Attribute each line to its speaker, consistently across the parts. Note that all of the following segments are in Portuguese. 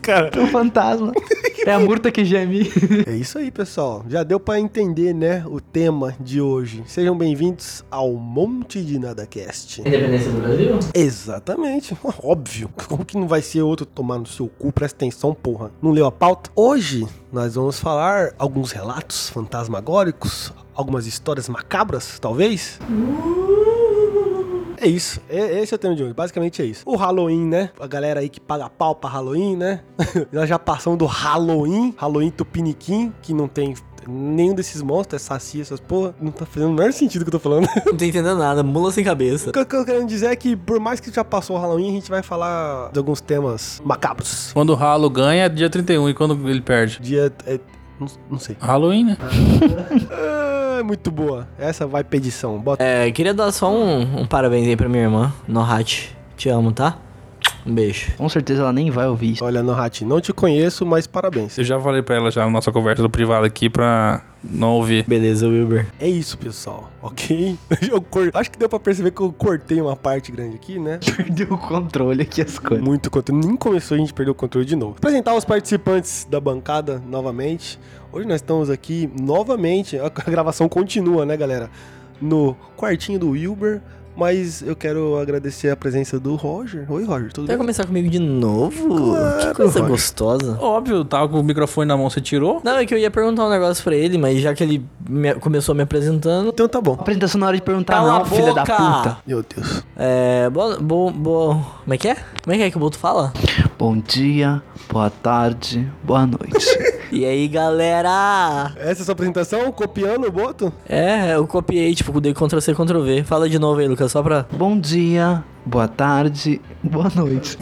Speaker 1: cara?
Speaker 2: É um fantasma. É a murta que geme.
Speaker 3: É isso aí, pessoal. Já deu pra entender, né, o tema de hoje. Sejam bem-vindos ao Monte de NadaCast.
Speaker 4: Independência do Brasil?
Speaker 3: Exatamente, óbvio. Como que não vai ser outro tomar no seu cu? Presta atenção, porra. Não leu a pauta? Hoje nós vamos falar alguns relatos fantasmagóricos, algumas histórias macabras, talvez. É isso, é, esse é o tema de hoje, basicamente é isso. O Halloween, né? A galera aí que paga pau pra Halloween, né? Nós já passamos do Halloween, Halloween Tupiniquim, que não tem nenhum desses monstros, é saci, essas porra. Não tá fazendo o menor sentido o que eu tô falando.
Speaker 1: Não tô entendendo nada, mula sem cabeça.
Speaker 3: O que eu tô querendo dizer é que, por mais que já passou o Halloween, a gente vai falar de alguns temas macabros.
Speaker 5: Quando o ralo ganha é dia 31 e quando ele perde?
Speaker 3: Dia. é, não, não sei.
Speaker 5: Halloween, né?
Speaker 3: Ah, muito boa. Essa vai pra edição. Bota.
Speaker 1: É, queria dar só um, um parabéns aí pra minha irmã, Nohat. Te amo, tá? Um beijo.
Speaker 2: Com certeza ela nem vai ouvir isso.
Speaker 3: Olha, Nohat, não te conheço, mas parabéns.
Speaker 5: Eu já falei pra ela já na nossa conversa do privado aqui pra não ouvir.
Speaker 1: Beleza, Wilber.
Speaker 3: É isso, pessoal, ok? Eu cor- Acho que deu pra perceber que eu cortei uma parte grande aqui, né?
Speaker 2: Perdeu o controle aqui as coisas.
Speaker 3: Muito conteúdo. Nem começou e a gente perdeu o controle de novo. Apresentar os participantes da bancada novamente. Hoje nós estamos aqui novamente. A a gravação continua, né, galera? No quartinho do Wilber. Mas eu quero agradecer a presença do Roger. Oi, Roger, tudo
Speaker 1: Vai
Speaker 3: bem?
Speaker 1: começar comigo de novo?
Speaker 3: Claro,
Speaker 1: que coisa
Speaker 3: Roger.
Speaker 1: gostosa.
Speaker 5: Óbvio, tava com o microfone na mão, você tirou?
Speaker 1: Não, é que eu ia perguntar um negócio pra ele, mas já que ele me- começou me apresentando.
Speaker 3: Então tá bom.
Speaker 2: Apresentação na hora de perguntar,
Speaker 1: Cala a
Speaker 2: não, filha da
Speaker 1: boca!
Speaker 2: puta.
Speaker 3: Meu Deus.
Speaker 1: É. Boa. Bo, bo, como é que é? Como é que é que o Boto fala?
Speaker 2: Bom dia, boa tarde, boa noite.
Speaker 1: E aí, galera?
Speaker 3: Essa é a sua apresentação? Copiando o Boto?
Speaker 1: É, eu copiei, tipo, dei Ctrl C, Ctrl V. Fala de novo aí, Lucas, só pra.
Speaker 2: Bom dia, boa tarde, boa noite.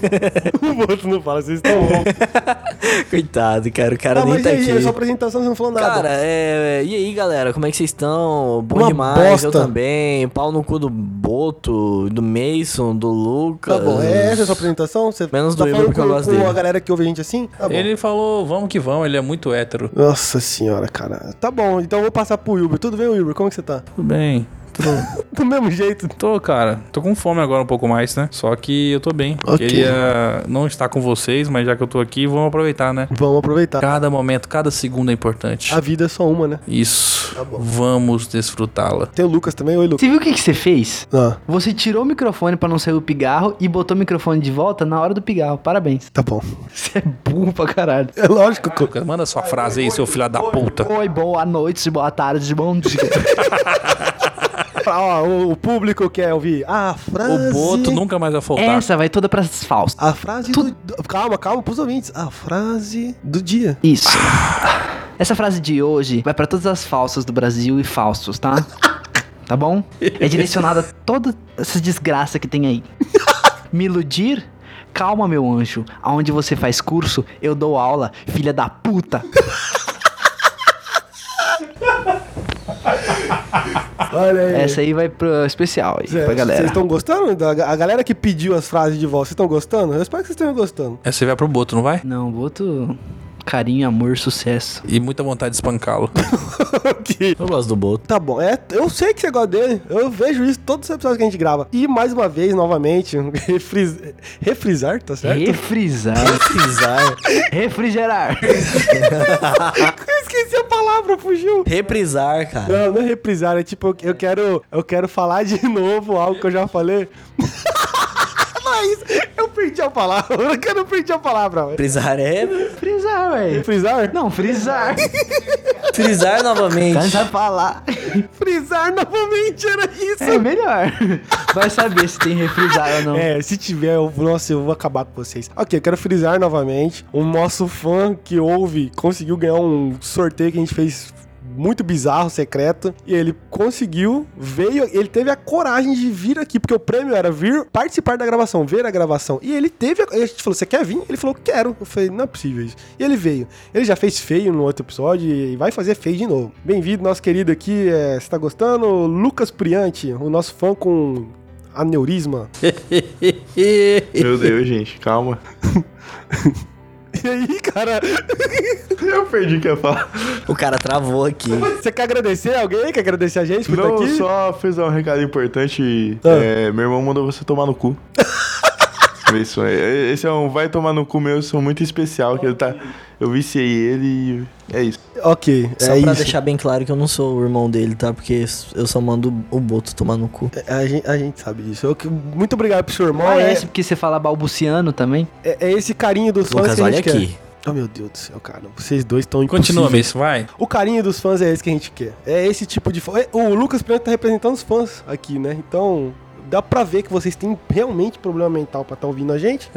Speaker 3: o Boto não fala, vocês estão loucos.
Speaker 1: Coitado, cara, o cara
Speaker 3: Ah,
Speaker 1: nem
Speaker 3: mas e
Speaker 1: tá
Speaker 3: aí?
Speaker 1: aqui.
Speaker 3: É sua apresentação, você não falou nada.
Speaker 1: Cara, é, é, e aí galera, como é que vocês estão? Bom
Speaker 3: Uma
Speaker 1: demais,
Speaker 3: bosta.
Speaker 1: eu também. Pau no cu do Boto, do Mason, do Lucas.
Speaker 3: Tá bom, é essa a sua apresentação? Você
Speaker 1: Menos
Speaker 3: tá
Speaker 1: do Igor,
Speaker 3: falando
Speaker 1: porque
Speaker 3: com,
Speaker 1: eu gosto
Speaker 3: com
Speaker 1: dele.
Speaker 3: a galera que ouve a gente assim? Tá bom.
Speaker 5: Ele falou, vamos que vamos, ele é muito hétero.
Speaker 3: Nossa senhora, cara. Tá bom, então eu vou passar pro Wilber. Tudo bem, Wilber? Como que você tá?
Speaker 5: Tudo bem.
Speaker 3: Do mesmo jeito.
Speaker 5: Tô, cara, tô com fome agora um pouco mais, né? Só que eu tô bem.
Speaker 3: Ok.
Speaker 5: Queria não estar com vocês, mas já que eu tô aqui, vamos aproveitar, né?
Speaker 3: Vamos aproveitar.
Speaker 5: Cada momento, cada segundo é importante.
Speaker 3: A vida é só uma, né?
Speaker 5: Isso.
Speaker 3: Tá bom.
Speaker 5: Vamos desfrutá-la.
Speaker 3: Tem o Lucas também. Oi, Lucas.
Speaker 2: Você viu o que, que você fez?
Speaker 3: Ah,
Speaker 2: Você tirou o microfone pra não sair o pigarro e botou o microfone de volta na hora do pigarro. Parabéns.
Speaker 3: tá bom.
Speaker 2: Você é burro pra caralho.
Speaker 3: É lógico que...
Speaker 5: Lucas, manda sua frase aí, seu filho da puta.
Speaker 2: Oi, boa noite, boa tarde, bom dia.
Speaker 3: Ah, ó, o- o público quer ouvir a frase...
Speaker 5: O Boto nunca mais vai faltar.
Speaker 2: Essa vai toda pra Fausto.
Speaker 3: A frase do... do- Calma, calma, pros ouvintes. A frase do dia.
Speaker 2: Isso. Essa frase de hoje vai pra todas as falsas do Brasil e falsos, tá? Tá bom? É direcionada a toda essa desgraça que tem aí. Me iludir? Calma, meu anjo. Aonde você faz curso, eu dou aula, filha da puta.
Speaker 3: Olha aí.
Speaker 2: Essa aí vai pro especial aí,
Speaker 3: Cê-
Speaker 2: pra É, galera.
Speaker 3: Vocês estão gostando? da- A galera que pediu as frases de volta, vocês estão gostando? Eu espero que vocês estejam gostando.
Speaker 5: Essa É, você vai pro Boto, não vai?
Speaker 2: Não, boto carinho, amor, sucesso.
Speaker 5: E muita vontade de espancá-lo.
Speaker 3: ok.
Speaker 1: Eu gosto do Boto.
Speaker 3: Tá bom, é, eu sei que você gosta dele, eu vejo isso todos os episódios que a gente grava. E mais uma vez, novamente, um refris, refrisar, tá certo?
Speaker 2: Refrisar.
Speaker 1: Pisar.
Speaker 2: Refrigerar.
Speaker 3: eu esqueci a palavra, fugiu.
Speaker 1: Reprisar, cara.
Speaker 3: Não, não é reprisar, é tipo, eu quero, eu quero falar de novo algo que eu já falei. não é isso, eu perdi a palavra, eu não perdi a palavra. velho.
Speaker 1: Reprisar é.
Speaker 2: Frisar, velho.
Speaker 3: Frisar?
Speaker 2: Não, frisar.
Speaker 1: Frisar novamente.
Speaker 2: Vai falar.
Speaker 3: Frisar novamente, era isso.
Speaker 2: É melhor. Vai saber se tem refrisar ou não.
Speaker 3: É, se tiver, eu, nossa, eu vou acabar com vocês. Ok, eu quero frisar novamente. O nosso fã que ouve conseguiu ganhar um sorteio que a gente fez muito bizarro, secreto. E ele conseguiu, veio, ele teve a coragem de vir aqui, porque o prêmio era vir participar da gravação, ver a gravação. E ele teve, a, a gente falou, você quer vir? Ele falou, quero. Eu falei, não é possível isso. E ele veio. Ele já fez feio no outro episódio e vai fazer feio de novo. Bem-vindo, nosso querido aqui, é, você tá gostando? Lucas Priante, o nosso fã com aneurisma.
Speaker 6: Meu Deus, gente, calma.
Speaker 3: E aí, cara,
Speaker 6: Eu perdi o que eu ia falar.
Speaker 1: O cara travou aqui.
Speaker 3: você quer agradecer alguém? Quer agradecer a gente por estar
Speaker 6: Não,
Speaker 3: tá aqui?
Speaker 6: só fiz um recado importante.
Speaker 3: Ah.
Speaker 6: É, meu irmão mandou você tomar no cu. Isso é- Esse é um vai tomar no cu meu, sou muito especial, que ele tá... Eu viciei ele e é isso.
Speaker 3: Ok,
Speaker 1: Só
Speaker 3: é
Speaker 1: pra
Speaker 3: isso.
Speaker 1: deixar bem claro que eu não sou o irmão dele, tá? Porque eu só mando o Boto tomar no cu.
Speaker 3: A gen- a gente, sabe disso. Eu que- muito obrigado pro seu
Speaker 1: Ah,
Speaker 3: irmão. é,
Speaker 2: Parece porque você fala balbuciano também.
Speaker 3: é- é esse carinho dos fãs
Speaker 1: Lucas,
Speaker 3: que a
Speaker 1: olha
Speaker 3: gente
Speaker 1: aqui.
Speaker 3: quer. Oh, meu Deus do céu, cara. Vocês dois estão
Speaker 5: Continua,
Speaker 3: impossíveis.
Speaker 5: Miss, vai.
Speaker 3: O carinho dos fãs é esse que a gente quer. É esse tipo de fã. é- O Lucas Piranha tá representando os fãs aqui, né? Então, dá pra ver que vocês têm realmente problema mental pra estar ouvindo a gente.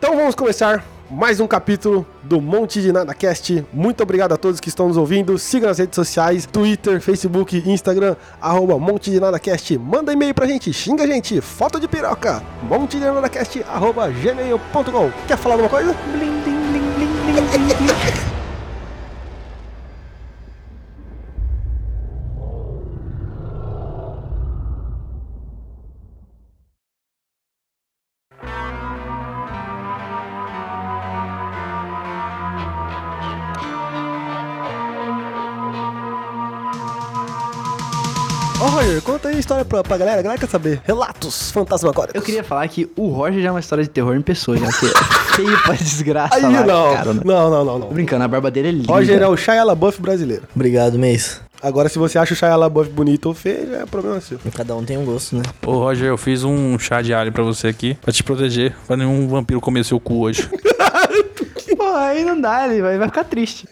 Speaker 3: então vamos começar mais um capítulo do Monte de Nada Cast. Muito obrigado a todos que estão nos ouvindo. Siga nas redes sociais, Twitter, Facebook, Instagram, arroba Monte de Nada Cast. Manda e-mail pra gente, xinga a gente, foto de piroca, monte de nada cast, arroba gmail.com. Quer falar alguma coisa? Ô Roger, conta aí a história pra, pra galera, a galera quer saber. Relatos fantasmagóricos.
Speaker 2: Eu queria falar que o Roger já é uma história de terror em pessoa, já que é feio pra desgraça.
Speaker 3: Aí
Speaker 2: lá,
Speaker 3: não.
Speaker 2: Cara, né?
Speaker 3: não, não, não,
Speaker 2: Tô
Speaker 3: não.
Speaker 2: brincando, a barba dele é linda.
Speaker 3: Roger é o Shia LaBeouf brasileiro.
Speaker 1: Obrigado, Mês.
Speaker 3: Agora, se você acha o Shia LaBeouf bonito ou feio, já é problema seu.
Speaker 1: Cada um tem um gosto, né?
Speaker 5: Ô, Roger, eu fiz um chá de alho pra você aqui, pra te proteger, pra nenhum vampiro comer seu cu hoje.
Speaker 2: Pô, aí não dá, ele vai, vai ficar triste.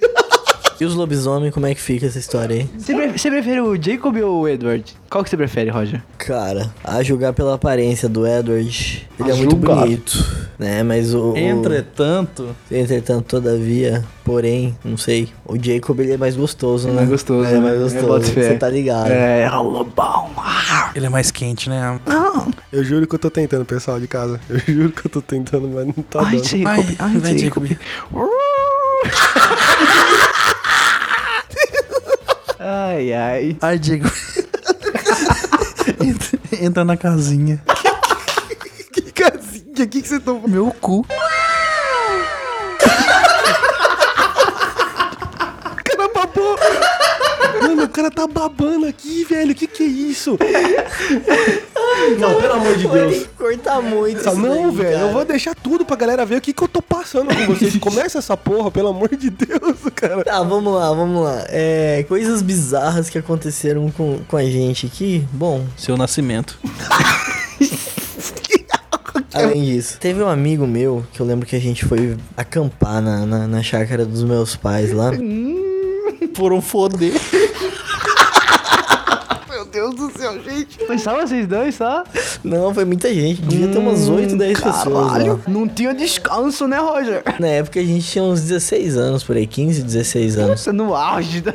Speaker 1: E os lobisomens, como é que fica essa história aí?
Speaker 2: Você, pre- você prefere o Jacob ou o Edward? Qual que você prefere, Roger?
Speaker 1: Cara, a julgar pela aparência do Edward, ele
Speaker 3: A
Speaker 1: é muito
Speaker 3: julgar.
Speaker 1: bonito, né? Mas o. o-
Speaker 5: Entretanto,
Speaker 1: Entretanto, todavia, porém, não sei. O Jacob ele é mais gostoso, né?
Speaker 2: mais gostoso,
Speaker 1: Ele é mais
Speaker 2: né? Eu
Speaker 1: gostoso.
Speaker 2: boto fé.
Speaker 1: Você tá ligado.
Speaker 2: É, Lobão.
Speaker 5: ele é mais quente, né?
Speaker 3: Eu juro que eu tô tentando, pessoal de casa. Eu juro que eu tô tentando, mas não tá
Speaker 2: Ai,
Speaker 3: dando.
Speaker 2: Jacob. Ai,
Speaker 5: vai,
Speaker 2: Jacob. Ai, ai.
Speaker 5: Ai, Diego. entra, entra na casinha.
Speaker 3: Que casinha, o que, que você tá falando?
Speaker 5: Meu cu.
Speaker 3: O cara babou. Mano, o cara tá babando aqui, velho. O que que é isso? Não, pelo amor de
Speaker 1: Pô, tem que cortar muito. isso
Speaker 3: Ah, Não,
Speaker 1: daí,
Speaker 3: velho, eu
Speaker 1: cara.
Speaker 3: vou deixar tudo pra galera ver o que que eu tô passando com vocês. Começa essa porra, pelo amor de Deus, cara.
Speaker 1: Tá, vamos lá, vamos lá. É, coisas bizarras que aconteceram com, com a gente aqui. Bom,
Speaker 5: Seu nascimento.
Speaker 1: Além disso, teve um amigo meu que eu lembro que a gente foi acampar na, na, na chácara dos meus pais lá.
Speaker 5: Foram foder.
Speaker 2: Foi só vocês dois, só?
Speaker 1: Não, foi muita gente. Devia ter umas 8, 10 pessoas lá.
Speaker 2: Hum, Não tinha descanso, né, Roger?
Speaker 1: Na época a gente tinha uns 16 anos por aí, 15, 16 anos.
Speaker 2: Você no auge da...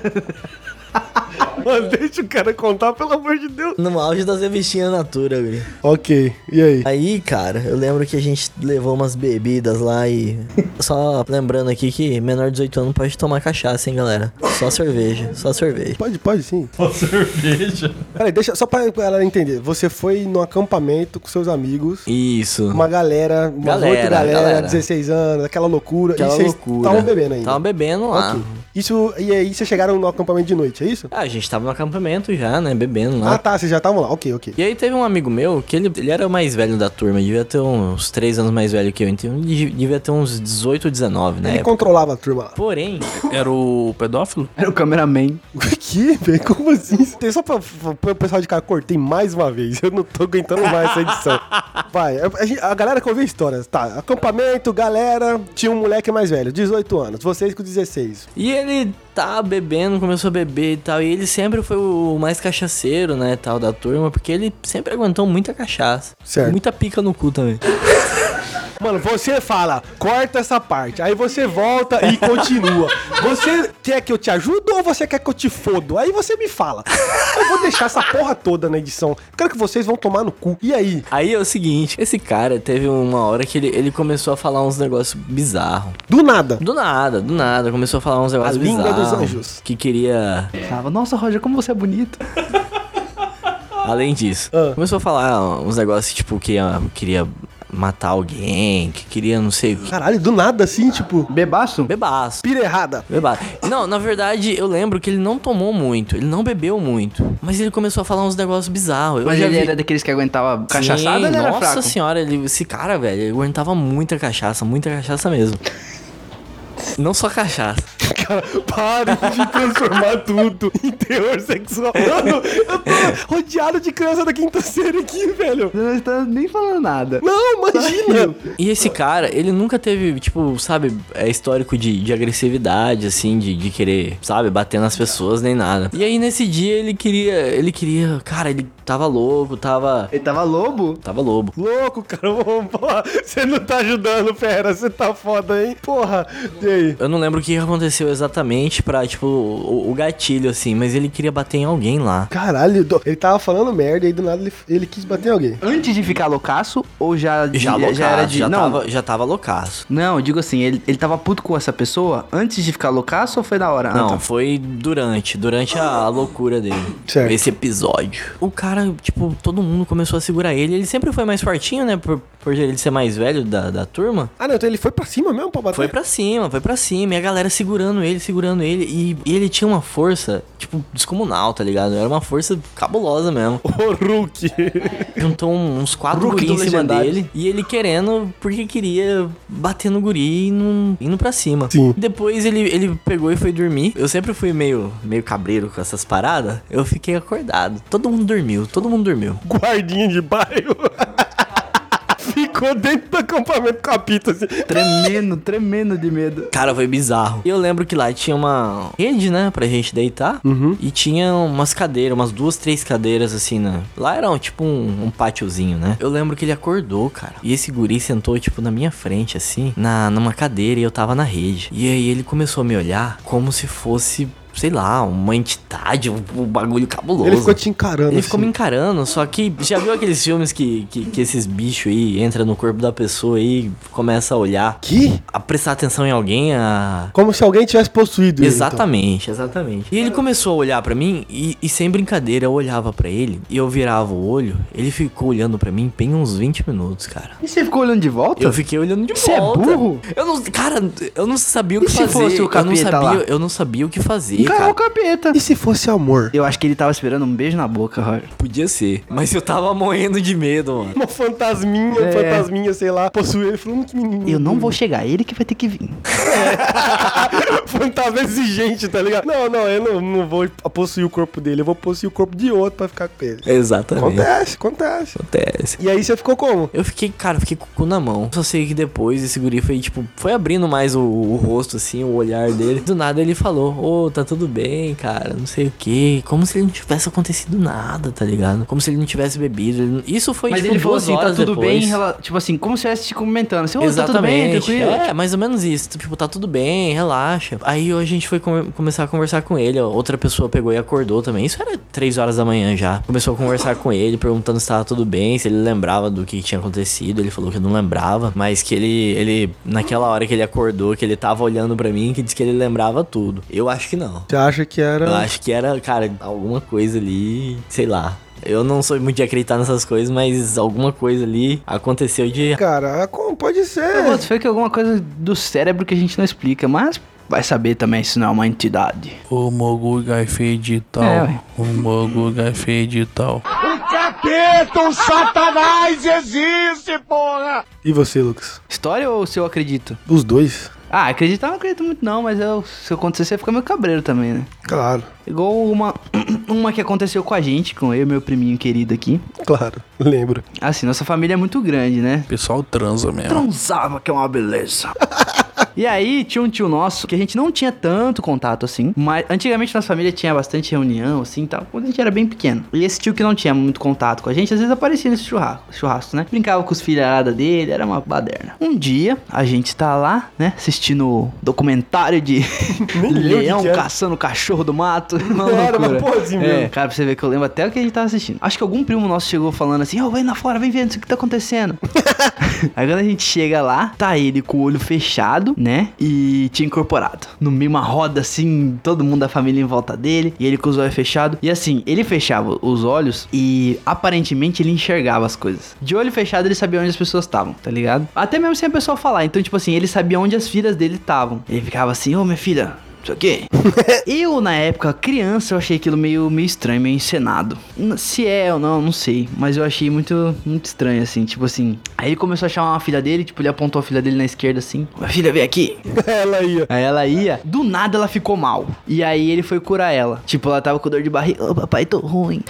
Speaker 3: Mano, deixa o cara contar, pelo amor de Deus.
Speaker 1: No auge das revistinhas Natura, guri.
Speaker 3: Ok, e aí?
Speaker 1: Aí, cara, eu lembro que a gente levou umas bebidas lá e. Só lembrando aqui que menor de 18 anos pode tomar cachaça, hein, galera? Só cerveja, só cerveja.
Speaker 3: Pode, pode sim. Só cerveja. Peraí, deixa só pra ela entender. Você foi no acampamento com seus amigos.
Speaker 1: Isso.
Speaker 3: Uma galera, umas
Speaker 1: Galera,
Speaker 3: oito galera,
Speaker 1: galera.
Speaker 3: 16 anos, aquela loucura.
Speaker 1: Aquela
Speaker 3: e vocês
Speaker 1: loucura.
Speaker 3: Estavam bebendo ainda.
Speaker 1: Tava bebendo lá.
Speaker 3: Ok. Isso, e aí vocês chegaram no acampamento de noite, é isso?
Speaker 1: Ah, a gente tava no acampamento já, né? Bebendo lá.
Speaker 3: Ah, tá, vocês já estavam lá. Ok, ok.
Speaker 1: E aí teve um amigo meu que ele, ele era o mais velho da turma, devia ter uns 3 anos mais velho que eu, então ele de- devia ter uns 18 ou 19,
Speaker 3: Ele
Speaker 1: né?
Speaker 3: controlava a turma lá.
Speaker 1: Porém,
Speaker 5: Era o pedófilo?
Speaker 2: Era o cameraman.
Speaker 3: O que, velho? Como assim? Tem só pra, pra o pessoal de cara, cortei mais uma vez. Eu não tô aguentando mais essa edição. Vai, a, a gente- a galera que ouviu histórias, tá? Acampamento, galera. Tinha um moleque mais velho, 18 anos. Vocês com 16.
Speaker 1: e ele tá bebendo, começou a beber e tal, e ele sempre foi o mais cachaceiro, né, tal, da turma, porque ele sempre aguentou muita cachaça.
Speaker 3: Certo.
Speaker 1: Muita pica no cu também.
Speaker 3: Mano, você fala, corta essa parte. Aí você volta e continua. Você quer que eu te ajude ou você quer que eu te fodo? Aí você me fala. Eu vou deixar essa porra toda na edição. Eu Quero que vocês vão tomar no cu. E aí?
Speaker 1: Aí é o seguinte, esse cara teve uma hora que ele, ele começou a falar uns negócios bizarros.
Speaker 3: Do nada.
Speaker 1: Do nada, do nada, começou a falar uns negócios
Speaker 3: língua
Speaker 1: bizarros.
Speaker 3: dos anjos.
Speaker 1: Que queria
Speaker 2: Tava, nossa, Roger, como você é bonito.
Speaker 1: Além disso,
Speaker 3: Ah.
Speaker 1: começou a falar uns negócios tipo que ah, queria matar alguém, que queria não sei o que.
Speaker 3: Caralho, do nada assim, tipo,
Speaker 2: Bebaço?
Speaker 1: Bebaço.
Speaker 3: pira errada.
Speaker 1: Bebaço. Não, na verdade, eu lembro que ele não tomou muito, ele não bebeu muito. Mas ele começou a falar uns negócios bizarros. Eu
Speaker 2: Mas
Speaker 1: já
Speaker 2: ele
Speaker 1: vi-
Speaker 2: era daqueles que aguentava
Speaker 1: Sim,
Speaker 2: cachaçada, ele era
Speaker 1: Nossa
Speaker 2: fraco.
Speaker 1: senhora, ele, esse cara, velho, ele aguentava muita cachaça, muita cachaça mesmo. Não só cachaça.
Speaker 3: Cara, para de transformar tudo em terror sexual. Mano, eu tô rodeado de criança da quinta série aqui, velho.
Speaker 2: Não tá nem falando nada.
Speaker 3: Não, imagina.
Speaker 1: E esse cara, ele nunca teve, tipo, sabe, é histórico de, de agressividade, assim, de, de querer, sabe, bater nas pessoas nem nada. E aí nesse dia ele queria, ele queria, cara, ele tava louco, tava.
Speaker 2: Ele tava lobo?
Speaker 1: Tava lobo.
Speaker 3: Louco, cara, vamos falar. Você não tá ajudando, fera. Você tá foda, hein? Porra, e aí?
Speaker 1: Eu não lembro o que aconteceu exatamente pra, tipo, o, o gatilho, assim, mas ele queria bater em alguém lá.
Speaker 3: Caralho, do- ele tava falando merda e aí do nada ele, ele quis bater em alguém.
Speaker 2: Antes de ficar loucaço ou já,
Speaker 1: Já loucaço, já,
Speaker 2: era de. não,
Speaker 1: tava, já tava loucaço.
Speaker 2: não, eu digo assim, ele, ele tava puto com essa pessoa antes de ficar loucaço ou foi na hora? Ah,
Speaker 1: Não,
Speaker 2: tá.
Speaker 1: foi durante, durante a, a loucura dele.
Speaker 3: Certo.
Speaker 1: Esse episódio. O cara, tipo, todo mundo começou a segurar ele. Ele sempre foi mais fortinho, né? Por, por ele ser mais velho da, da turma.
Speaker 3: Ah, não, então ele foi pra cima mesmo pra bater?
Speaker 1: Foi pra cima, foi pra cima. E a galera segurando ele, segurando ele. E, e ele tinha uma força, tipo, descomunal, tá ligado? Era uma força cabulosa mesmo.
Speaker 3: Ô, Hulk.
Speaker 1: Juntou um- uns quatro
Speaker 2: Rookie
Speaker 1: guri
Speaker 2: do
Speaker 1: em cima
Speaker 2: Legendário.
Speaker 1: dele. E ele querendo, porque queria bater no guri e não, indo pra cima.
Speaker 3: Sim.
Speaker 1: Depois ele, ele pegou e foi dormir. Eu sempre fui meio, meio cabreiro com essas paradas. Eu fiquei acordado. Todo mundo dormiu, todo mundo dormiu.
Speaker 3: Guardinha de bairro. Ficou dentro do acampamento com a pita, assim.
Speaker 2: Tremendo, tremendo de medo.
Speaker 1: Cara, foi bizarro. E eu lembro que lá tinha uma rede, né, pra gente deitar.
Speaker 3: Uhum.
Speaker 1: E tinha umas cadeiras, umas duas, três cadeiras assim, né? Lá era um, tipo um, um pátiozinho, né? Eu lembro que ele acordou, cara. E esse guri sentou, tipo, na minha frente, assim, na, numa cadeira e eu tava na rede. E aí ele começou a me olhar como se fosse. Sei lá, uma entidade, um, um bagulho cabuloso.
Speaker 3: Ele ficou te encarando.
Speaker 1: Ele ficou me
Speaker 3: assim.
Speaker 1: encarando, só que já viu aqueles filmes que, que, que esses bichos aí entram no corpo da pessoa e começa a olhar,
Speaker 3: Que?
Speaker 1: a prestar atenção em alguém, a.
Speaker 3: Como se alguém tivesse possuído ele, então.
Speaker 1: Exatamente, exatamente. E ele começou a olhar pra mim e, e sem brincadeira eu olhava pra ele e eu virava o olho. Ele ficou olhando pra mim bem uns 20 minutos, cara.
Speaker 2: E você ficou olhando de volta?
Speaker 1: Eu fiquei olhando de
Speaker 2: Você é
Speaker 1: volta.
Speaker 2: burro?
Speaker 1: Eu não, cara, eu não sabia o
Speaker 2: E
Speaker 1: que
Speaker 2: se
Speaker 1: fazer.
Speaker 2: fosse o
Speaker 1: eu não
Speaker 2: capeta
Speaker 1: sabia,
Speaker 2: lá?
Speaker 1: eu não sabia o que fazer,
Speaker 2: Encarou
Speaker 1: cara.
Speaker 2: o capeta.
Speaker 3: E se fosse amor?
Speaker 2: Eu acho que ele tava esperando um beijo na boca, Roger.
Speaker 1: Podia ser, mas eu tava morrendo de medo, mano.
Speaker 3: Uma fantasminha, um
Speaker 2: É.
Speaker 3: fantasminha, sei lá, possuiu ele. Falou, "Hum, que menino.
Speaker 2: Eu não vou chegar, ele que vai ter que vir.
Speaker 3: Fantasma exigente, tá ligado? Não, não, eu não, não vou possuir o corpo dele. Eu vou possuir o corpo de outro pra ficar com ele.
Speaker 1: Exatamente.
Speaker 3: Acontece, acontece.
Speaker 1: Acontece.
Speaker 3: E aí você ficou como?
Speaker 1: Eu fiquei, cara, fiquei com o cu na mão. Só sei que depois esse guri foi, tipo, foi abrindo mais o, o rosto, assim, o olhar dele. Do nada ele falou, ô, tá tudo bem, cara, não sei o quê. Como se ele não tivesse acontecido nada, tá ligado? Como se ele não tivesse bebido. ele não- Isso foi,
Speaker 2: Mas
Speaker 1: tipo,
Speaker 2: ele falou
Speaker 1: duas
Speaker 2: assim, tá
Speaker 1: horas
Speaker 2: tudo bem,
Speaker 1: depois.
Speaker 2: em rela- tipo assim, como se estivesse te cumprimentando. Assim, "Ô, tá tudo bem,
Speaker 1: Exatamente.
Speaker 2: tranquilo.
Speaker 1: é, mais ou menos isso. Tipo, tá tudo bem, relaxa. Aí a gente foi come- começar a conversar com ele. ó, Outra pessoa pegou e acordou também. Isso era três horas da manhã já. Começou a conversar com ele, perguntando se tava tudo bem, se ele lembrava do que tinha acontecido. Ele falou que não lembrava, mas que ele, ele naquela hora que ele acordou, que ele tava olhando pra mim, que disse que ele lembrava tudo. Eu acho que não.
Speaker 3: Você acha que era.
Speaker 1: Eu
Speaker 2: Ah.
Speaker 1: acho que era, cara, alguma coisa ali, sei lá. Eu não sou muito de acreditar nessas coisas, mas alguma coisa ali aconteceu de
Speaker 3: Cara, como pode
Speaker 2: Eu
Speaker 3: ser?
Speaker 2: boto fé que é alguma coisa do cérebro que a gente não explica, mas vai saber também se não é uma entidade.
Speaker 5: O Mogu Gai feio de tal.
Speaker 2: É, ué.
Speaker 5: o Mogu Gai feio de tal.
Speaker 3: E você, Lucas?
Speaker 2: História ou se eu acredito?
Speaker 3: Os dois?
Speaker 2: Ah, acreditar eu não acredito muito não, mas eu, se acontecer você fica meio cabreiro também, né?
Speaker 3: Claro,
Speaker 2: Igual uma, uma que aconteceu com a gente, com eu e meu priminho querido aqui.
Speaker 3: claro, lembro.
Speaker 2: Assim, nossa família é muito grande, né?
Speaker 5: O pessoal transa mesmo.
Speaker 2: transava, que é uma beleza. E aí, tinha um tio nosso que a gente não tinha tanto contato assim, mas antigamente nossa família tinha bastante reunião assim e tal, quando a gente era bem pequeno. E esse tio que não tinha muito contato com a gente, às vezes aparecia nesse churrasco, churrasco né? Brincava com os filharada dele, era uma baderna. Um dia, a gente tá lá, né, assistindo documentário de
Speaker 3: Nem lembro o que
Speaker 2: leão
Speaker 3: que era.
Speaker 2: caçando cachorro do mato. Uma
Speaker 3: Era uma
Speaker 2: loucura.
Speaker 3: porra assim mesmo.
Speaker 2: É, cara, pra você ver que eu lembro até o que a gente tava assistindo. Acho que algum primo nosso chegou falando assim, ô, vem lá fora, vem ver, não sei o que tá acontecendo. Aí quando a gente chega lá, tá ele com o olho fechado, né? E tinha incorporado. No meio uma roda assim, todo mundo da família em volta dele, e ele com os olhos fechados. E assim, ele fechava os olhos e aparentemente ele enxergava as coisas. De olho fechado, ele sabia onde as pessoas estavam, tá ligado? Até mesmo sem a pessoa falar. Então, tipo assim, ele sabia onde as filhas dele estavam. Ele ficava assim: Ô, minha filha, isso aqui. eu, na época, criança, eu achei aquilo meio, meio estranho, meio encenado. N- Se é ou não, não sei. Mas eu achei muito, muito estranho, assim. Tipo assim. Aí ele começou a chamar a filha dele, tipo, ele apontou a filha dele na esquerda, assim. Minha filha, vem aqui.
Speaker 3: Ela ia.
Speaker 2: Aí ela ia, do nada ela ficou mal. E aí ele foi curar ela. Tipo, ela tava com dor de barriga. Ô, papai, tô ruim.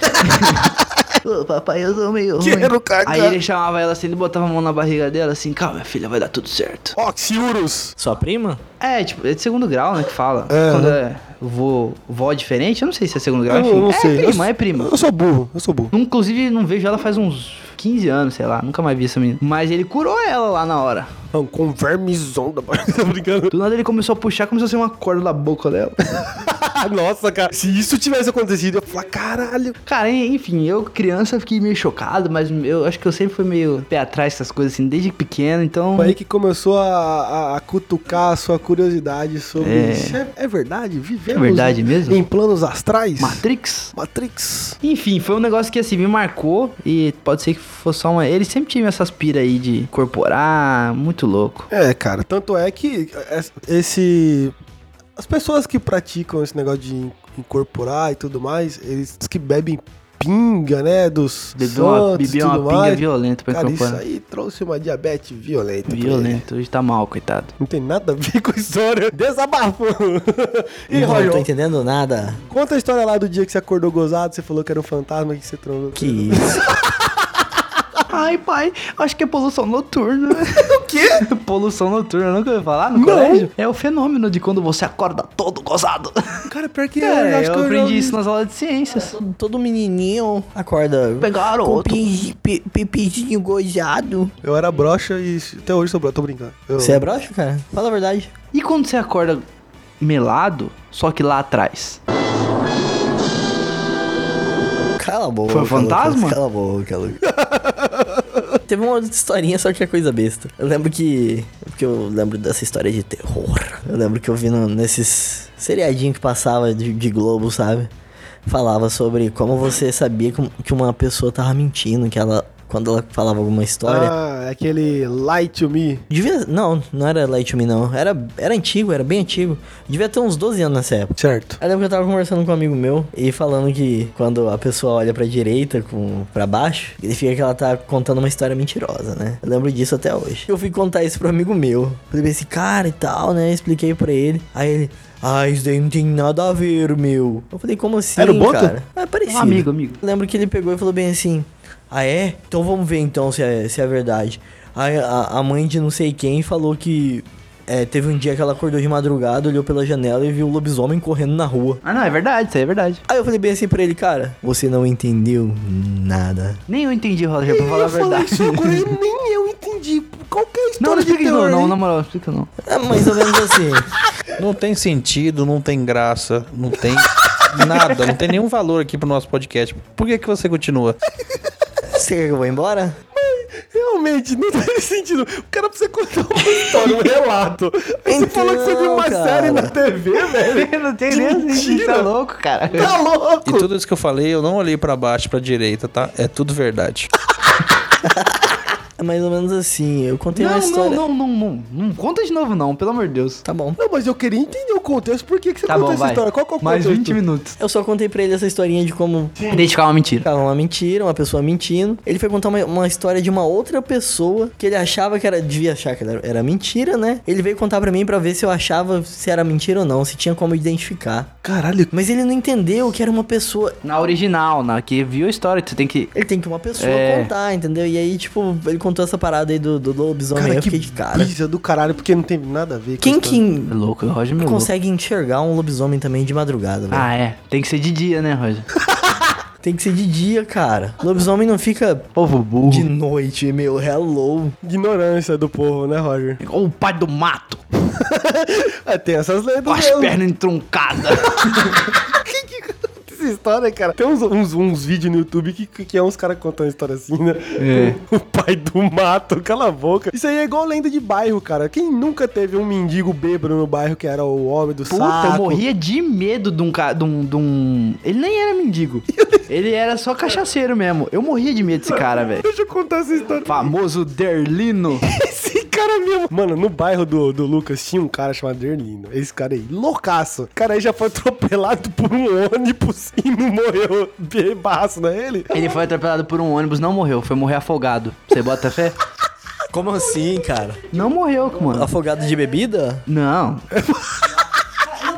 Speaker 2: Ô, papai, eu tô meio ruim.
Speaker 3: Quero cagar.
Speaker 2: Aí ele chamava ela assim, ele botava a mão na barriga dela, assim, calma, minha filha, vai dar tudo certo.
Speaker 3: Oxiurus.
Speaker 1: Sua prima?
Speaker 2: É, tipo, é de segundo grau, né, que fala.
Speaker 3: É.
Speaker 2: Quando é vô, vó diferente, eu não sei se é segundo grau,
Speaker 3: Eu
Speaker 2: enfim.
Speaker 3: não
Speaker 2: é
Speaker 3: sei.
Speaker 2: prima,
Speaker 3: Eu-
Speaker 2: é prima.
Speaker 3: Eu sou burro, eu sou burro.
Speaker 2: Inclusive, não vejo ela faz uns 15 anos, sei lá, nunca mais vi essa menina. Mas ele curou ela lá na hora.
Speaker 3: Não, com vermizão da barriga, tô brincando.
Speaker 2: Do nada ele começou a puxar, começou a ser uma corda da boca dela.
Speaker 3: Ah, Nossa, cara, se isso tivesse acontecido, eu ia falar, caralho.
Speaker 2: Cara, en- enfim, eu criança fiquei meio chocado, mas eu acho que eu sempre fui meio pé atrás essas coisas assim, desde pequeno, então.
Speaker 3: Foi aí que começou a, a- a cutucar a sua curiosidade sobre.
Speaker 2: É.
Speaker 3: Isso é, é verdade? Vivemos
Speaker 2: É verdade mesmo?
Speaker 3: em planos astrais?
Speaker 2: Matrix?
Speaker 3: Matrix.
Speaker 2: Enfim, foi um negócio que assim me marcou e pode ser que fosse só uma. Ele sempre tinha essas pira aí de incorporar, muito louco.
Speaker 3: É, cara, tanto é que es- esse. As pessoas que praticam esse negócio de in- incorporar e tudo mais, eles diz que bebem pinga, né? Dos
Speaker 2: Bebeu uma,
Speaker 3: santos e
Speaker 2: bebeu uma
Speaker 3: tudo
Speaker 2: pinga
Speaker 3: mais.
Speaker 2: violenta pra
Speaker 3: Cara, isso
Speaker 2: incorporar.
Speaker 3: aí trouxe uma diabetes
Speaker 2: é
Speaker 3: violenta. pra ele.
Speaker 2: Violento, hoje tá mal, coitado.
Speaker 3: Não tem nada a ver com história. Desabafo. e,
Speaker 1: não, não tô
Speaker 3: Royal,
Speaker 1: entendendo nada.
Speaker 3: conta a história lá do dia que você acordou gozado, você falou que era um fantasma, que você transou.
Speaker 1: Que isso?
Speaker 2: Ai, pai, acho que é poluição noturna. o quê? Poluição noturna, nunca ouviu falar no
Speaker 3: Não.
Speaker 2: colégio? É o fenômeno de quando você acorda todo gozado.
Speaker 3: Cara, pior que
Speaker 2: É, eu,
Speaker 3: já
Speaker 2: aprendi
Speaker 3: ouvi
Speaker 2: isso nas aulas de ciências.
Speaker 1: Todo- Todo menininho acorda
Speaker 2: Pegaram
Speaker 1: com
Speaker 2: outro.
Speaker 1: pi- pi- pipidinho gojado.
Speaker 3: Eu era broxa e até hoje sou broxa, tô brincando. Eu-
Speaker 1: Você é broxa, cara? Fala a verdade.
Speaker 2: E quando você acorda melado, só que lá atrás?
Speaker 1: Cala a boca.
Speaker 2: Foi um
Speaker 1: Lucas,
Speaker 2: fantasma?
Speaker 1: Cala a boca, Lucas. Teve uma outra historinha, só que é coisa besta. Eu lembro que. Porque eu lembro dessa história de terror. Eu lembro que eu vi no- nesses seriadinho que passava de, de Globo, sabe? Falava sobre como você sabia com- que uma pessoa tava mentindo, que ela. Quando ela falava alguma história.
Speaker 3: Ah, aquele Light to Me.
Speaker 1: Devia. Não, não era Light Me, não. Era, era antigo, era bem antigo. Devia ter uns 12 anos nessa época.
Speaker 3: Certo.
Speaker 1: Eu lembro que eu tava conversando com um amigo meu e falando que quando a pessoa olha pra direita, com, pra baixo, significa que ela tá contando uma história mentirosa, né? Eu lembro disso até hoje. Eu fui contar isso pro amigo meu. Falei esse cara e tal, né? Expliquei pra ele. Aí ele, ah, isso daí não tem nada a ver, meu. Eu falei, como assim?
Speaker 3: Era o Boto?
Speaker 1: Cara? É parecido.
Speaker 2: Um amigo, amigo.
Speaker 1: Eu lembro que ele pegou e falou bem assim: Ah, é? Então vamos ver então se é, se é verdade. Aí a, a mãe de não sei quem falou que é, teve um dia que ela acordou de madrugada, olhou pela janela e viu o lobisomem correndo na rua.
Speaker 2: Ah, não, é verdade, isso aí é verdade.
Speaker 1: Aí eu falei bem assim pra ele, cara, você não entendeu nada.
Speaker 2: Nem eu entendi, Roger, pra falar a
Speaker 3: Eu falei
Speaker 2: verdade.
Speaker 3: isso agora e nem eu entendi. Qual que é a
Speaker 2: Não,
Speaker 3: história
Speaker 2: não
Speaker 3: de
Speaker 2: explica isso
Speaker 3: terror?
Speaker 2: não, não,
Speaker 3: hein?
Speaker 2: na moral, não explica não.
Speaker 1: É mais ou menos assim.
Speaker 5: Não tem sentido, não tem graça, não tem nada, não tem nenhum valor aqui pro nosso podcast. Por que, que você continua?
Speaker 1: você quer que eu vou embora?
Speaker 3: Realmente, não tem sentido. O cara precisa contar uma história, um relato. Aí você
Speaker 1: Então,
Speaker 3: falou que você viu uma
Speaker 1: cara.
Speaker 3: série na TV, velho.
Speaker 2: É não tem nem
Speaker 3: Mentira.
Speaker 2: isso, é louco, cara.
Speaker 3: Tá louco.
Speaker 5: E tudo isso que eu falei, eu não olhei pra baixo, pra direita, tá? É tudo verdade.
Speaker 1: É mais ou menos assim. Eu contei uma
Speaker 2: Não, não,
Speaker 1: história.
Speaker 2: não, não, não, não conta de novo não, pelo amor de Deus.
Speaker 1: Tá bom.
Speaker 3: Não, mas eu queria entender o contexto. Por que, que você
Speaker 2: Tá
Speaker 3: contou
Speaker 2: bom,
Speaker 3: essa
Speaker 2: vai.
Speaker 3: história? Qual que é o
Speaker 2: Mais
Speaker 3: contexto?
Speaker 2: 20 minutos.
Speaker 1: Eu só contei pra ele essa historinha de como
Speaker 2: Identificar uma mentira.
Speaker 1: Cara, uma mentira, uma pessoa mentindo. Ele foi contar uma, uma história de uma outra pessoa que ele achava que era. Devia achar que era, era mentira, né? Ele veio contar pra mim pra ver se eu achava se era mentira ou não, se tinha como identificar.
Speaker 3: Caralho.
Speaker 1: Mas ele não entendeu que era uma pessoa.
Speaker 2: Na original, na que viu a história, que você tem que...
Speaker 1: Ele tem que uma pessoa
Speaker 2: É.
Speaker 1: contar, entendeu? E aí, tipo, ele contou essa parada aí do, do lobisomem.
Speaker 3: Cara,
Speaker 1: eu
Speaker 3: que
Speaker 1: fiquei de cara.
Speaker 3: brisa do caralho, porque não tem nada a ver com a
Speaker 1: Quem
Speaker 3: história.
Speaker 1: que
Speaker 2: É louco, o Roger é meu louco.
Speaker 1: consegue enxergar um lobisomem também de madrugada, velho?
Speaker 2: Ah, é. Tem que ser de dia, né, Roger?
Speaker 1: Tem que ser de dia, cara. Lobisomem não fica
Speaker 2: Povo burro.
Speaker 1: de noite, meu. Hello.
Speaker 3: Ignorância do povo, né, Roger?
Speaker 2: Ou o pai do mato,
Speaker 3: É, tem essas lendas
Speaker 2: com as
Speaker 3: mesmo.
Speaker 2: pernas entroncadas.
Speaker 3: essa história, cara. Tem uns, uns, uns vídeos no YouTube que, que que é uns caras contando história assim, né?
Speaker 1: É.
Speaker 3: O pai do mato, cala a boca. Isso aí é igual lenda de bairro, cara. Quem nunca teve um mendigo bêbado no bairro que era o homem do
Speaker 2: Puta,
Speaker 3: saco?
Speaker 2: eu morria de medo de um, ca... de, um, de um. Ele nem era mendigo. Ele era só cachaceiro mesmo. Eu morria de medo desse cara, velho.
Speaker 3: Deixa eu contar essa história.
Speaker 2: Famoso Derlino.
Speaker 3: Esse cara mesmo. Mano, no bairro do, do Lucas tinha um cara chamado Erlino. Esse cara aí, loucaço. O cara aí já foi atropelado por um ônibus e não morreu bebaço, não é ele?
Speaker 2: Ele foi atropelado por um ônibus, não morreu, foi morrer afogado. Você bota fé?
Speaker 1: Como assim, cara?
Speaker 2: Não morreu, mano.
Speaker 1: Afogado de bebida?
Speaker 2: Não.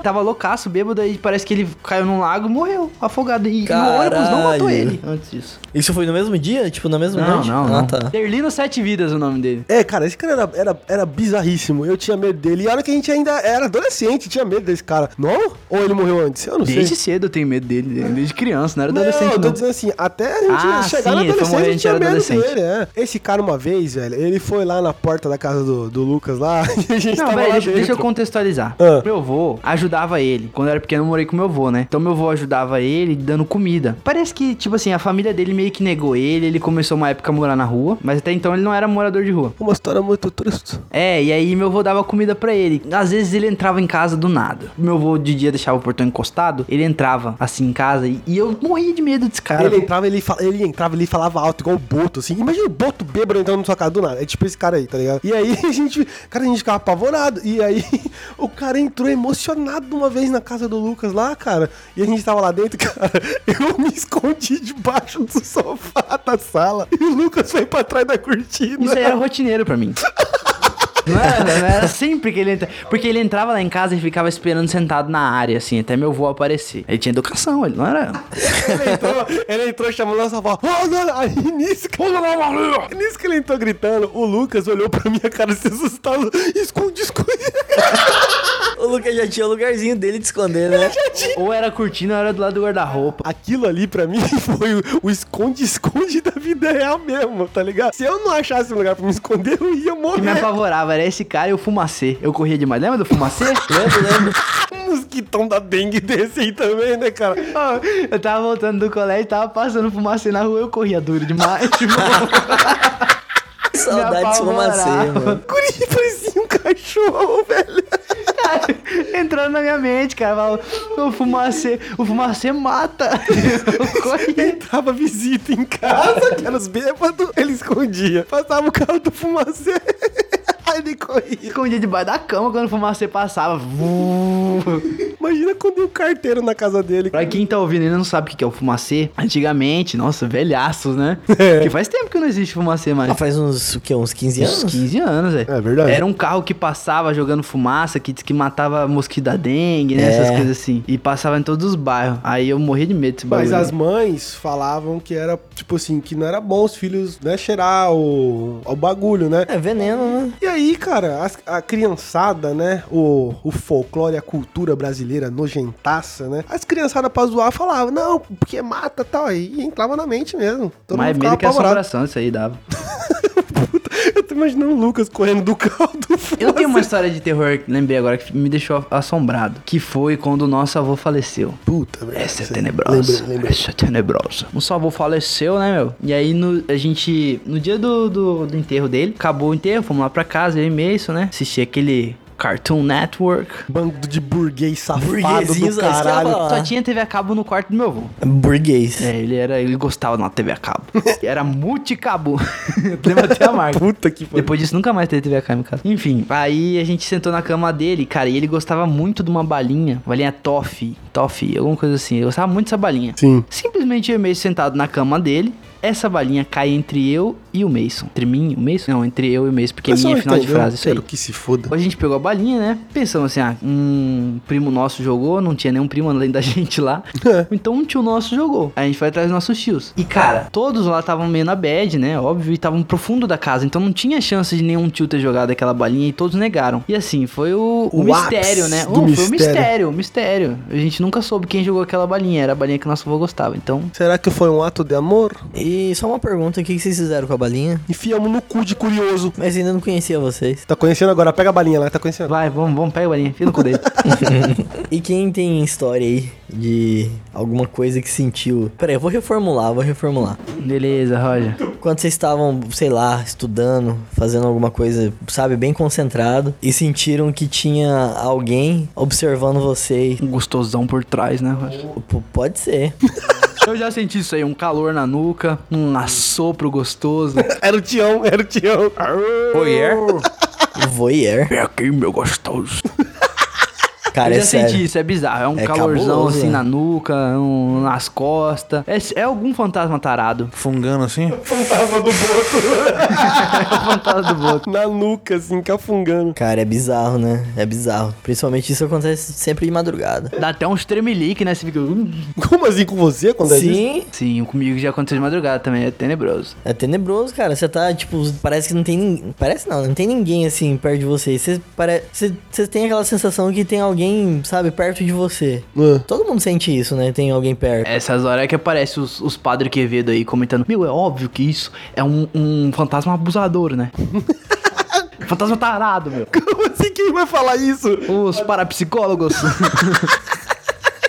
Speaker 2: Tava loucaço, bêbado, aí parece que ele caiu num lago e morreu, afogado. E o ônibus não matou
Speaker 1: Caralho.
Speaker 2: ele antes disso.
Speaker 1: Isso foi no mesmo dia? Tipo, na mesma
Speaker 2: Não,
Speaker 1: noite?
Speaker 2: não,
Speaker 1: ah,
Speaker 2: não.
Speaker 1: tá.
Speaker 2: Derlino Sete Vidas é o nome dele.
Speaker 3: É, cara, esse cara era, era, era bizarríssimo. Eu tinha medo dele. E a hora que a gente ainda era adolescente, tinha medo desse cara. Não? Ou ele morreu antes? Eu não
Speaker 2: Desde
Speaker 3: sei.
Speaker 2: cedo eu tenho medo dele, desde criança, não era adolescente
Speaker 3: não, eu tô
Speaker 2: não.
Speaker 3: dizendo assim, até a gente
Speaker 2: Ah,
Speaker 3: chegar na
Speaker 2: sim, ele foi
Speaker 3: adolescência,
Speaker 2: morrer,
Speaker 3: a
Speaker 2: a
Speaker 3: gente
Speaker 2: gente
Speaker 3: tinha
Speaker 2: era
Speaker 3: medo
Speaker 2: adolescente.
Speaker 3: dele, é. Esse cara, uma vez, velho, ele foi lá na porta da casa do, do Lucas lá e a gente
Speaker 2: Não,
Speaker 3: tava
Speaker 2: peraí,
Speaker 3: lá
Speaker 2: deixa, deixa eu
Speaker 3: dentro.
Speaker 2: contextualizar.
Speaker 3: Ah.
Speaker 2: Meu avô ajudava ele. Quando eu era pequeno, eu morei com meu avô, né? Então meu avô ajudava ele dando comida. Parece que, tipo assim, a família dele meio que negou ele. Ele começou uma época a morar na rua, mas até então ele não era morador de rua.
Speaker 3: Uma história muito triste.
Speaker 2: É, e aí meu avô dava comida pra ele. Às vezes ele entrava em casa do nada. Meu avô de dia deixava o portão encostado, ele entrava assim em casa e, e eu morria de medo desse cara.
Speaker 3: Ele entrava, ele, fala- ele entrava, ele falava alto, igual o Boto, assim. Imagina o Boto bêbado entrando na sua casa do nada. É tipo esse cara aí, tá ligado? E aí a gente, cara, a gente ficava apavorado. E aí o cara entrou emocionado uma vez na casa do Lucas lá, cara. E a gente tava lá dentro, cara. Eu me escondi debaixo do sofá da sala. E o Lucas foi pra trás da cortina.
Speaker 2: Isso aí era rotineiro pra mim. Não era, não era sempre que ele entra. Porque ele entrava lá em casa e ficava esperando sentado na área, assim, até meu avô aparecer. Ele tinha educação, ele não era.
Speaker 3: Ele entrou, ele entrou chamando nossa avó. "Ô, dona!" Aí nisso que, nisso que ele entrou gritando, o Lucas olhou pra minha cara se assustado. Esconde, esconde.
Speaker 1: O Lucas já tinha o lugarzinho dele de esconder,
Speaker 2: É.
Speaker 1: né?
Speaker 2: Ou era cortina ou era do lado do guarda-roupa.
Speaker 3: Aquilo ali pra mim foi o- o esconde-esconde da vida real mesmo, tá ligado? Se eu não achasse um lugar pra me esconder, eu ia
Speaker 2: O que me
Speaker 3: morrer.
Speaker 2: apavorava era esse cara e o fumacê. Eu corria demais. Lembra do fumacê?
Speaker 1: Lembro, lembro.
Speaker 3: Um mosquitão da dengue desse aí também, né, cara?
Speaker 2: Ó, eu tava voltando do colégio, tava passando fumacê na rua, eu corria duro demais. irmão.
Speaker 1: Saudade de fumacê,
Speaker 2: apavorava.
Speaker 1: mano.
Speaker 3: O Guri parecia um cachorro, velho.
Speaker 2: Entrando na minha mente, cara. Falava, o fumacê, o fumacê mata. Eu corria.
Speaker 3: Entrava visita em casa, que eram os bêbados, ele escondia. Passava o carro do fumacê, aí ele corria.
Speaker 2: Escondia um debaixo da cama quando o fumacê passava. Vuu.
Speaker 3: Imagina quando ia o carteiro na casa dele.
Speaker 2: pra quem tá ouvindo e não sabe o que que é o fumacê, antigamente, nossa, velhaços, né?
Speaker 3: É.
Speaker 2: Porque faz tempo que não existe fumacê mais.
Speaker 1: Ah, faz uns, o quê? Uns 15
Speaker 2: Uns
Speaker 1: anos?
Speaker 2: 15 anos, velho.
Speaker 3: É verdade.
Speaker 2: Era um carro que passava jogando fumaça, que diz que matava mosquito da dengue, né? Essas
Speaker 1: É.
Speaker 2: coisas assim. E passava em todos os bairros. Aí eu morri de medo desse
Speaker 3: Mas
Speaker 2: bagulho.
Speaker 3: as mães falavam que era, tipo assim, que não era bom os filhos, né, cheirar o, o bagulho, né?
Speaker 1: É veneno, né?
Speaker 3: E aí, cara, as- a, criançada, né? O, o folclore, a cultura brasileira nojentaça, né? As criançadas pra zoar falavam, não, porque mata e tal. Aí entrava na mente mesmo. Todo
Speaker 2: Mais
Speaker 3: mundo
Speaker 2: medo
Speaker 3: ficava
Speaker 2: é que a
Speaker 3: apavorado.
Speaker 2: assombração isso aí dava.
Speaker 3: Eu tô imaginando o Lucas correndo do carro do
Speaker 2: Eu tenho uma história de terror, lembrei agora, que me deixou assombrado. Que foi quando o nosso avô faleceu.
Speaker 3: Puta, velho.
Speaker 2: Essa é tenebrosa.
Speaker 3: Lembrei, lembrei.
Speaker 2: Essa é tenebrosa. O seu avô faleceu, né, meu? E aí no, a gente, no dia do, do, do enterro dele, acabou o enterro, fomos lá pra casa, eu e Mason, né? Assisti aquele Cartoon Network.
Speaker 3: Bando de burguês safado
Speaker 1: Burguesinhos,
Speaker 3: do
Speaker 1: é isso que eu ia
Speaker 3: caralho.
Speaker 1: falar. Ah.
Speaker 2: Só tinha TV a cabo no quarto do meu avô.
Speaker 1: Burguês.
Speaker 2: É, ele era, ele gostava de uma TV a cabo. era multicabo. Eu lembro até a marca.
Speaker 3: Puta que pariu.
Speaker 2: Depois disso, nunca mais teve TV a cabo em casa. Enfim, aí a gente sentou na cama dele, cara, e ele gostava muito de uma balinha, balinha Toffee, Toffee, alguma coisa assim. Ele gostava muito dessa balinha.
Speaker 3: Sim.
Speaker 2: Simplesmente eu e o Mason sentado na cama dele. Essa balinha cai entre eu e o Mason. Entre mim e o Mason? Não, entre eu e o Mason, porque minha é final de frase, isso aí.
Speaker 3: Quero que se foda.
Speaker 2: A gente pegou a balinha, né? Pensamos assim, ah, um primo nosso jogou, não tinha nenhum primo além da gente lá.
Speaker 3: É.
Speaker 2: então um tio nosso jogou. Aí a gente foi atrás dos nossos tios. E cara, todos lá estavam meio na bad, né? Óbvio, e estavam pro fundo da casa. Então não tinha chance de nenhum tio ter jogado aquela balinha e todos negaram. E assim, foi o, o
Speaker 3: O
Speaker 2: mistério,
Speaker 3: ápice
Speaker 2: né?
Speaker 3: do
Speaker 2: Oh, foi
Speaker 3: mistério.
Speaker 2: o mistério, o mistério. A gente nunca soube quem jogou aquela balinha. Era a balinha que nosso avô gostava. Então
Speaker 3: Será que foi um ato de amor?
Speaker 2: eu
Speaker 1: E só uma pergunta, o que que vocês fizeram com a balinha?
Speaker 3: Enfiamos no cu de curioso.
Speaker 1: Mas ainda não conhecia vocês.
Speaker 3: Tá conhecendo agora, pega a balinha lá, tá conhecendo agora.
Speaker 2: Vai, vamos, vamos, pega a balinha, fila no cu dele.
Speaker 1: E quem tem história aí de alguma coisa que sentiu? Peraí, eu vou reformular, vou reformular.
Speaker 2: Beleza, Roger.
Speaker 1: Quando vocês estavam, sei lá, estudando, fazendo alguma coisa, sabe, bem concentrado, e sentiram que tinha alguém observando vocês.
Speaker 2: Um gostosão por trás, né, Roger?
Speaker 1: P- pode ser.
Speaker 2: Eu já senti isso aí, um calor na nuca, um assopro gostoso.
Speaker 3: Era o Tião, era o Tião.
Speaker 5: Voyeur?
Speaker 1: Voyeur.
Speaker 2: Vem aqui, meu gostoso.
Speaker 1: Cara,
Speaker 2: eu
Speaker 1: é
Speaker 2: já
Speaker 1: sério.
Speaker 2: senti isso, é bizarro. É um
Speaker 1: É
Speaker 2: calorzão
Speaker 1: cabuloso,
Speaker 2: assim
Speaker 1: né?
Speaker 2: na nuca, é um, nas costas. É, é algum fantasma tarado.
Speaker 5: Fungando assim?
Speaker 3: Tava do boto.
Speaker 2: É o fantasma do Boto.
Speaker 3: Na nuca, assim, cafungando.
Speaker 1: Cara, é bizarro, né? É bizarro. Principalmente isso acontece sempre de madrugada.
Speaker 2: Dá até uns tremelique, né? Você fica. "Hum".
Speaker 3: Como assim com você quando é isso?
Speaker 1: Sim,
Speaker 2: Sim, comigo já aconteceu de madrugada também, é tenebroso.
Speaker 1: é tenebroso, cara. Você tá, tipo, parece que não tem ninguém. Parece não, não tem ninguém assim perto de você. Você, pare... você, você tem aquela sensação que tem alguém, sabe, perto de você.
Speaker 3: Ah.
Speaker 1: Todo mundo sente isso, né? Tem alguém perto.
Speaker 2: Essas horas é que aparece os, os padres Quevedo aí comentando: Meu, é óbvio que isso é um, um fantasma abusador, né? fantasma tarado, meu.
Speaker 3: Como assim quem vai falar isso?
Speaker 2: Os parapsicólogos.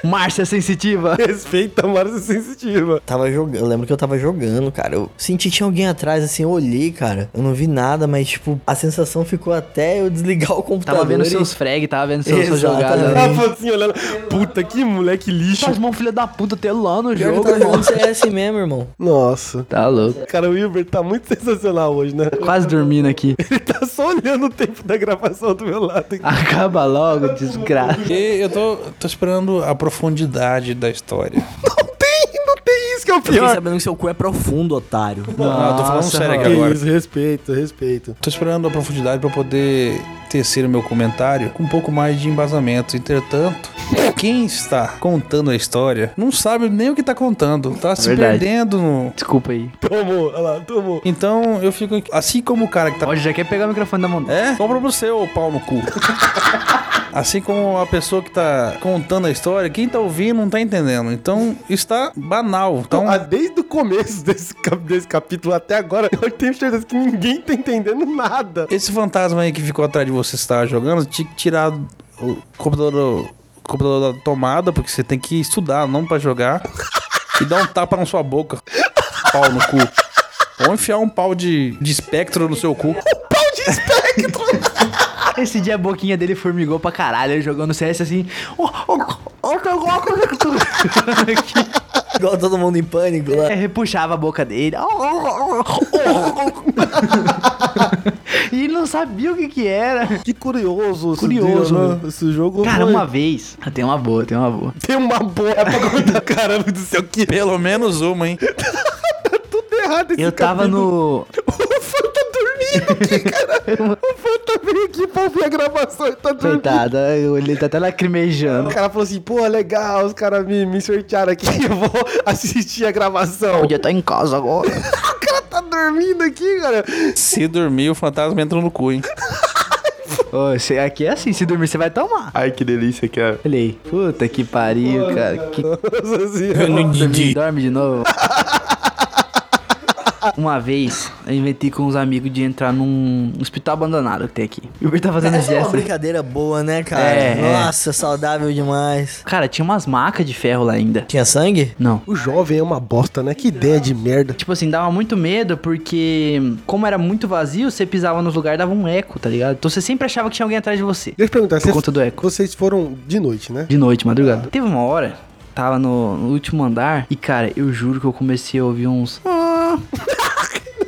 Speaker 2: Márcia sensitiva.
Speaker 3: Respeita a Márcia Sensitiva.
Speaker 1: Tava jogando, eu lembro que eu tava jogando, cara. Eu senti que tinha alguém atrás, assim, eu olhei, cara. Eu não vi nada, mas, tipo, a sensação ficou até eu desligar o computador.
Speaker 2: Tava vendo
Speaker 1: e-
Speaker 2: seus frag, tava vendo seus, suas
Speaker 1: Exatamente.
Speaker 2: jogadas.
Speaker 3: Ela falou assim, olhando. Puta, que moleque lixo.
Speaker 2: Faz mão, filha da puta, telando o
Speaker 1: Pior que tá eu
Speaker 2: jogo,
Speaker 1: tava
Speaker 2: irmão.
Speaker 1: jogando CS mesmo, irmão.
Speaker 3: Nossa.
Speaker 2: Tá louco.
Speaker 3: Cara, o Wilbert tá muito sensacional hoje, né?
Speaker 2: Quase dormindo aqui.
Speaker 3: Ele tá só olhando o tempo da gravação do meu lado. aqui.
Speaker 2: Acaba logo, desgraça.
Speaker 5: E eu tô, tô esperando a profundidade da história.
Speaker 3: Não tem, não tem isso que é o
Speaker 1: Eu fiquei
Speaker 3: pior.
Speaker 1: sabendo que seu cu é profundo, otário.
Speaker 5: Não, eu tô falando
Speaker 2: Nossa,
Speaker 5: sério aqui
Speaker 3: Que
Speaker 5: agora.
Speaker 3: isso, respeito, respeito.
Speaker 5: Tô esperando a profundidade pra poder tecer o meu comentário com um pouco mais de embasamento. Entretanto, quem está contando a história não sabe nem o que tá contando. Tá se
Speaker 2: Verdade.
Speaker 5: perdendo no...
Speaker 2: Desculpa aí.
Speaker 3: Tomou, olha lá, tomou.
Speaker 5: Então eu fico aqui- assim como o cara que tá.
Speaker 2: Roger já quer pegar o microfone da mão dele.
Speaker 5: É? Compra pro seu, ô pau no cu. Assim como a pessoa que tá contando a história, quem tá ouvindo não tá entendendo. Então, está banal. Então,
Speaker 3: Ah, desde o começo desse, cap- desse capítulo até agora, eu tenho certeza que ninguém tá entendendo nada.
Speaker 5: esse fantasma aí que ficou atrás de você que você tava jogando, tinha que tirar o computador, o computador da tomada, porque você tem que estudar, não pra jogar. E dar um tapa na sua boca. Pau no cu. Ou enfiar um pau de, de espectro no seu cu.
Speaker 2: Ah, Esse dia a boquinha dele formigou pra caralho, ele jogando CS assim. Ó, ó, ó, ó, ó, ó, ó.
Speaker 1: Igual todo mundo em pânico lá.
Speaker 2: É, repuxava a boca dele. Ó, ó, ó, ó, ó. E ele não sabia o que que era.
Speaker 3: É Que curioso, esse
Speaker 2: Curioso,
Speaker 3: dia, né? Esse jogo.
Speaker 2: Cara,
Speaker 3: foi-
Speaker 2: uma vez. Ah, Tem uma boa, tem uma boa.
Speaker 3: Tem uma boa pra contar, caramba do céu, que
Speaker 5: Pelo menos uma, hein?
Speaker 3: tudo errado esse
Speaker 2: Eu tava
Speaker 3: capítulo.
Speaker 2: no.
Speaker 3: O fã tá dormindo aqui, cara. O fã tá vindo aqui pra ouvir a gravação e tá dormindo.
Speaker 2: Coitada, ele tá até lacrimejando.
Speaker 3: O cara falou assim, pô, legal, os caras me, me sortearam aqui, eu vou assistir a gravação.
Speaker 2: Podia estar em casa agora.
Speaker 3: O cara tá dormindo aqui, cara.
Speaker 5: Se dormir, o fantasma entra no cu, hein?
Speaker 2: Ô, você aqui é assim, se dormir você vai tomar.
Speaker 6: Ai, que delícia que é.
Speaker 2: Falei, puta que pariu, cara. Que
Speaker 3: Nossa
Speaker 5: Eu
Speaker 3: senhora.
Speaker 5: não
Speaker 2: dorme,
Speaker 5: entendi.
Speaker 2: dorme de novo. Uma vez, eu inventei com uns amigos de entrar num hospital abandonado que tem aqui. E o Uber tá fazendo
Speaker 1: Essa é uma
Speaker 2: gesto.
Speaker 1: brincadeira boa, né, cara?
Speaker 2: É, é.
Speaker 1: Nossa, saudável demais.
Speaker 2: Cara, tinha umas macas de ferro lá ainda.
Speaker 1: Tinha sangue?
Speaker 2: Não.
Speaker 3: O jovem é uma bosta, né? Que ideia de merda.
Speaker 2: Tipo assim, dava muito medo porque, como era muito vazio, você pisava nos lugares dava um eco, tá ligado? Então você sempre achava que tinha alguém atrás de você.
Speaker 3: Deixa eu perguntar, vocês,
Speaker 2: conta do eco.
Speaker 3: vocês foram de noite, né?
Speaker 2: De noite, madrugada. Teve uma hora, tava no, no último andar, e cara, eu juro que eu comecei a ouvir uns.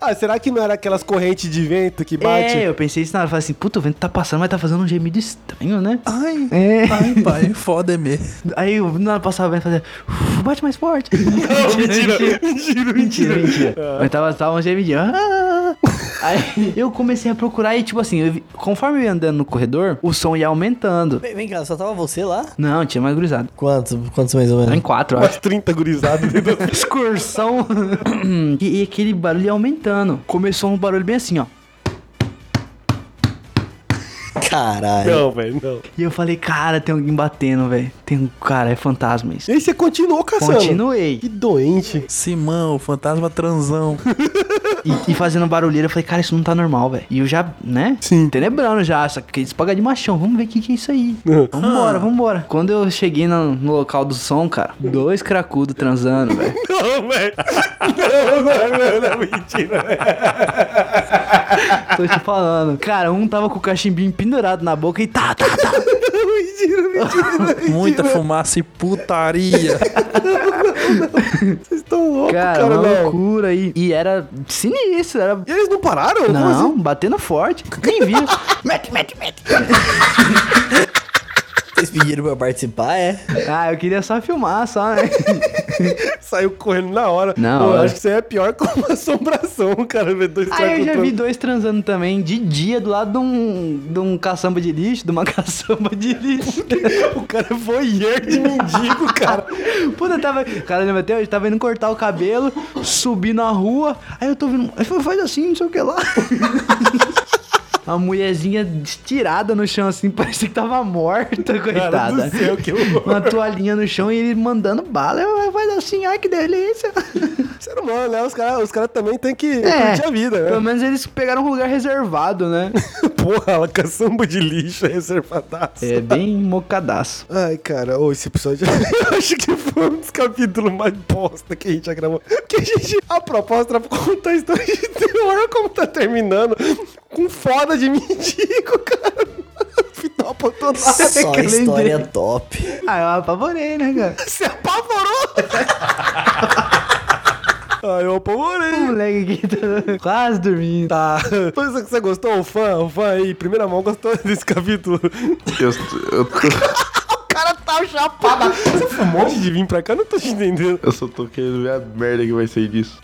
Speaker 3: Ah, será que não era aquelas correntes de vento que bate?
Speaker 2: É, eu pensei isso na hora. Eu falei assim, puta, o vento tá passando, mas tá fazendo um gemido estranho, né?
Speaker 5: Ai,
Speaker 2: É.
Speaker 5: ai, pai, tá foda mesmo.
Speaker 2: Aí eu na hora passava o vento e fazia. "Uf, Bate mais forte. mentira, mentira, mentira. Mas tava, tava um gemidinho. "Ah". Aí eu comecei a procurar e, tipo assim, eu vi- conforme eu ia andando no corredor, o som ia aumentando.
Speaker 1: Vem, vem cá, só tava você lá?
Speaker 2: Não, tinha mais gurizada.
Speaker 1: Quantos, quantos mais ou
Speaker 2: Era em
Speaker 1: menos?
Speaker 2: quatro, eu acho.
Speaker 3: Mais 30 gurizados. entendeu?
Speaker 2: Excursão. e, e aquele barulho ia aumentando. Começou um barulho bem assim, ó.
Speaker 1: Caralho.
Speaker 3: não, velho, não.
Speaker 2: E eu falei, cara, tem alguém batendo, velho. Tem um cara, é fantasma isso.
Speaker 3: E aí você continuou caçando.
Speaker 2: Continuei.
Speaker 3: Que doente.
Speaker 5: Simão, o fantasma transão.
Speaker 2: E, e fazendo barulheira, eu falei, cara, isso não tá normal, velho. E eu já, né?
Speaker 3: Sim.
Speaker 2: Tenebrando já, só que eles pagam de machão. Vamos ver o que, que é isso aí.
Speaker 3: Ah.
Speaker 2: Vambora, vambora. Quando eu cheguei no, no local do som, cara, dois cracudos transando, velho.
Speaker 3: Não, velho. Não, não, não, não, mentira, velho.
Speaker 2: Tô te falando. Cara, um tava com o cachimbinho pendurado na boca e tá, tá, tá.
Speaker 3: Mentira, mentira.
Speaker 5: Muita fumaça e putaria.
Speaker 3: Vocês estão loucos,
Speaker 2: Cara,
Speaker 3: tá cara,
Speaker 2: uma
Speaker 3: não.
Speaker 2: loucura aí. E era sinistro, era.
Speaker 3: E eles não pararam? Como
Speaker 2: Não,
Speaker 3: assim?
Speaker 2: batendo forte. Nem vi.
Speaker 1: Vocês pediram pra eu participar, é?
Speaker 2: Ah, eu queria só filmar, só, né?
Speaker 3: Saiu correndo na hora.
Speaker 2: Na
Speaker 3: Pô,
Speaker 2: hora.
Speaker 3: Acho que isso aí é pior que uma assombração, cara. ver Dois
Speaker 2: Aí Ah, eu já
Speaker 3: tracos
Speaker 2: vi dois transando também, de dia, do lado de um, de um caçamba de lixo, de uma caçamba de lixo.
Speaker 3: O cara foi hier de mendigo, cara.
Speaker 2: Puta, tava. Cara, lembra até hoje? Tava indo cortar o cabelo, subi na rua, aí eu tô vendo. Aí falou, faz assim, não sei o que lá. A mulherzinha estirada no chão, assim, parecia que tava morta,
Speaker 3: Cara
Speaker 2: coitada.
Speaker 3: do céu, que horror.
Speaker 2: Uma toalhinha no chão e ele mandando bala. Eu, faz assim, ai que delícia.
Speaker 3: Ser humano, né? Os caras os cara também tem que
Speaker 2: É.
Speaker 3: curtir a vida,
Speaker 2: Pelo
Speaker 3: né?
Speaker 2: menos eles pegaram um lugar reservado, né?
Speaker 3: Porra, ela caçamba de lixo é reservadaço.
Speaker 2: É bem mocadaço.
Speaker 3: Ai, cara, ô, esse episódio eu acho que foi um dos capítulos mais bosta que a gente já gravou. Porque a gente, a proposta era contar a história de terror, como tá terminando, com foda de mendigo, cara. Final apontado.
Speaker 1: Só
Speaker 2: que eu
Speaker 1: história
Speaker 2: lembrei.
Speaker 1: top.
Speaker 2: Ah, eu apavorei, né, cara?
Speaker 3: Você é apavorou? Ai, eu apavorei.
Speaker 2: O moleque aqui tá quase dormindo.
Speaker 3: Tá. Foi isso que você gostou, o fã, o fã aí, primeira mão, gostou desse capítulo.
Speaker 6: Eu, eu, tô-
Speaker 3: O cara tá chapado. Você fumou antes Um de vir pra cá? Eu Não tô te entendendo.
Speaker 6: eu só tô querendo ver a merda que vai sair disso.